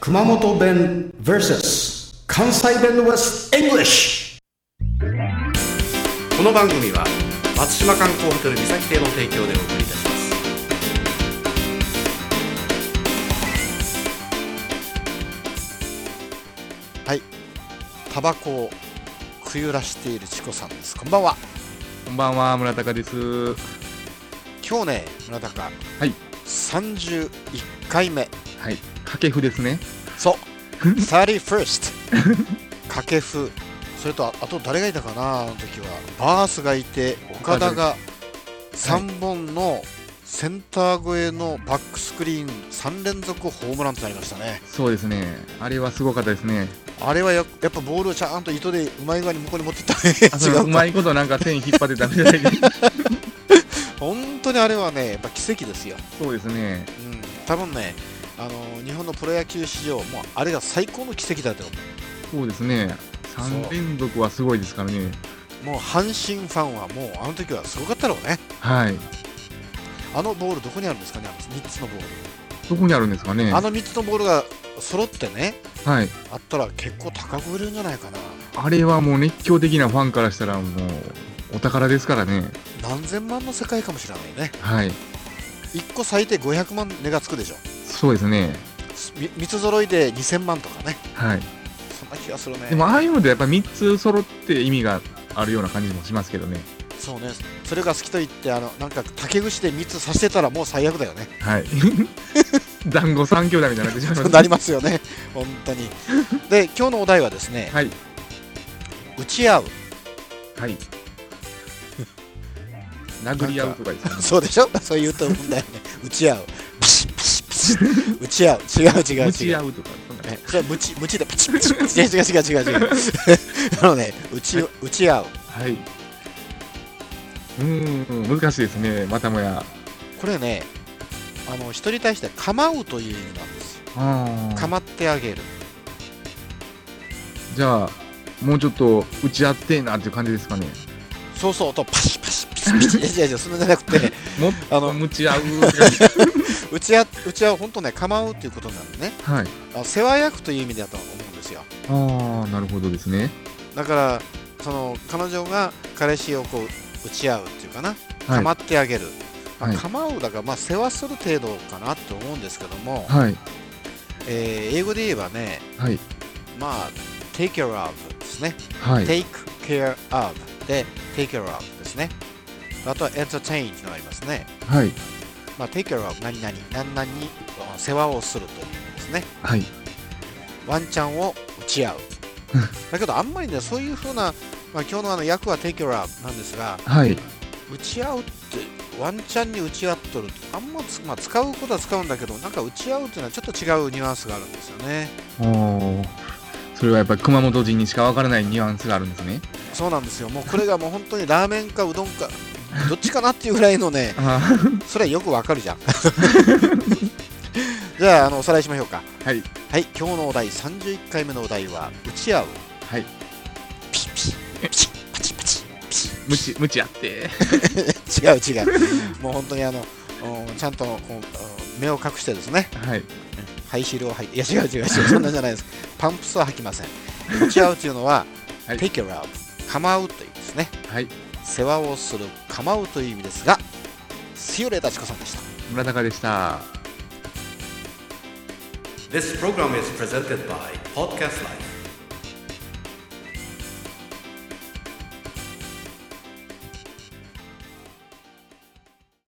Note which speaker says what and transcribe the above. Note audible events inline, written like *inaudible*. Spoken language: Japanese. Speaker 1: 熊本弁 vs 関西弁 vs English
Speaker 2: この番組は松島観光ホテル三崎邸の提供でお送りいたします
Speaker 3: はいタバコをくゆらしているチコさんですこんばんは
Speaker 4: こんばんは、村高です。
Speaker 3: 今日ね村高
Speaker 4: はい
Speaker 3: 31回目
Speaker 4: はい、掛布ですね。
Speaker 3: そう
Speaker 4: *laughs*
Speaker 3: 31st 掛布それとああと誰がいたかなあの時はバースがいて岡田が3本のセンター越えのバックスクリーン3連続ホームランとなりましたね
Speaker 4: そうですね。あれはすごかったですね。
Speaker 3: あれはややっぱボールをちゃんと糸でうまい具合に向こうに持ってったね
Speaker 4: あそ
Speaker 3: *laughs* 違
Speaker 4: れう
Speaker 3: うか
Speaker 4: まいことなんか線引っ張ってたみたいで。
Speaker 3: 本当にあれはねやっぱ奇跡ですよ
Speaker 4: そうですね。
Speaker 3: うん、多分ね、あの日本のプロ野球史上、もうあれが最高の奇跡だと思
Speaker 4: そうですね。三連続はすごいですからね。
Speaker 3: う、もう阪神ファンはもうあの時はすごかったろうね、
Speaker 4: はい。
Speaker 3: あのボール、どこにあるんですかね、あの3つのボール、
Speaker 4: どこにあるんですかね。
Speaker 3: あ
Speaker 4: は
Speaker 3: の3つのボールが揃ってね、
Speaker 4: い。
Speaker 3: あったら結構高く売れるんじゃないかな、
Speaker 4: あれはもう熱狂的なファンからしたらもうお宝ですからね。
Speaker 3: 何千万の世界かもしれないね、
Speaker 4: はい。
Speaker 3: 1個最低500万値がつくでしょ、
Speaker 4: そうですね。
Speaker 3: み3つ揃いで2000万とかね、
Speaker 4: はい。
Speaker 3: そんな気がするね、
Speaker 4: でもああいうのでやっぱ三つ揃って意味があるような感じもしますけどね。
Speaker 3: そうね、それが好きと言って、あのなんか竹串で3つ刺してたらもう最悪だよね。
Speaker 4: はい。 *laughs* 団子三兄弟みたいになってしまい
Speaker 3: *laughs*
Speaker 4: ます。
Speaker 3: なりますよね、本当に。で、今日のお題はですね、
Speaker 4: はい。
Speaker 3: 打ち合う、
Speaker 4: はい。殴り合うとかですかね。
Speaker 3: そうでしょ、そういうと思うんだよね、打ち合う、ピシッピシッピシッ、打ち合う、違う違う
Speaker 4: 打
Speaker 3: 違
Speaker 4: ち
Speaker 3: う。
Speaker 4: 合うとか、そんな
Speaker 3: ねそれはムチムチ *laughs* でピチッピチッ違う違う違う *laughs* 違う違うあのね打ち打ち合う
Speaker 4: はい。うーん、難しいですね、またもや。
Speaker 3: これねあの人に対して構うという意味なんですよ
Speaker 4: あ
Speaker 3: 構ってあげる
Speaker 4: じゃあ、もうちょっと打ち合ってなっていう感じですかね。
Speaker 3: そうそうとパシパシピシピシいやいやそんなじゃなくて
Speaker 4: もっ
Speaker 3: あ
Speaker 4: と
Speaker 3: の
Speaker 4: 打ち合うって感じ。
Speaker 3: 打ち合う打ち合う本当ね構うということなんでね
Speaker 4: *laughs* はい。
Speaker 3: あの世話焼くという意味だと思うんですよ
Speaker 4: ああ、なるほどですね。
Speaker 3: だからその彼女が彼氏をこう打ち合うっていうかな、
Speaker 4: はい
Speaker 3: 構。ってあげる、まあ
Speaker 4: はい
Speaker 3: 構うだから、まあ、世話する程度かなと思うんですけども、
Speaker 4: はい。
Speaker 3: えー英語で言えばね、
Speaker 4: はい。
Speaker 3: まあ、take care of ですね、
Speaker 4: はい。
Speaker 3: take care of で take care of ですねあとは entertain となりますね、
Speaker 4: はい。
Speaker 3: まあ、take care of 何々何々にあ世話をするという意味ですね
Speaker 4: はい。
Speaker 3: ワンちゃんを打ち
Speaker 4: *laughs*
Speaker 3: 合うだけどあんまりねそういうふうな、まあ、今日のあの役は take care of なんですが
Speaker 4: はい。
Speaker 3: 打ち合うってワンチャンに打ち合っとるあんまつ、まあ、使うことは使うんだけどなんか打ち合うっていうのはちょっと違うニュアンスがあるんですよね
Speaker 4: おーそれはやっぱり熊本人にしかわからないニュアンスがあるんですね。
Speaker 3: そうなんですよもうこれがもう本当にラーメンかうどんかどっちかなっていうぐらいの
Speaker 4: *laughs*
Speaker 3: ね
Speaker 4: あ
Speaker 3: それはよくわか
Speaker 4: *laughs*
Speaker 3: るじゃんじゃああのおさらいしましょうか
Speaker 4: ーはい。
Speaker 3: はい今日のお題31回目のお題は打ち合う
Speaker 4: はい。
Speaker 3: ピピピパチパチピシ
Speaker 4: 無知、無知あって。
Speaker 3: 違う違
Speaker 4: *laughs*
Speaker 3: うもう本当にあのうんちゃんとこううん目を隠してですね
Speaker 4: はい。
Speaker 3: 排水量を吐いていや違う違う違うそんなんじゃないですパンプスは吐きません打ち合うというのは、
Speaker 4: はい
Speaker 3: take care of 構うという意味ですね
Speaker 4: はい。
Speaker 3: 世話をする構うという意味ですがスヨレータチコさんでした
Speaker 4: 村高でした。
Speaker 2: This program is presented by Podcast Life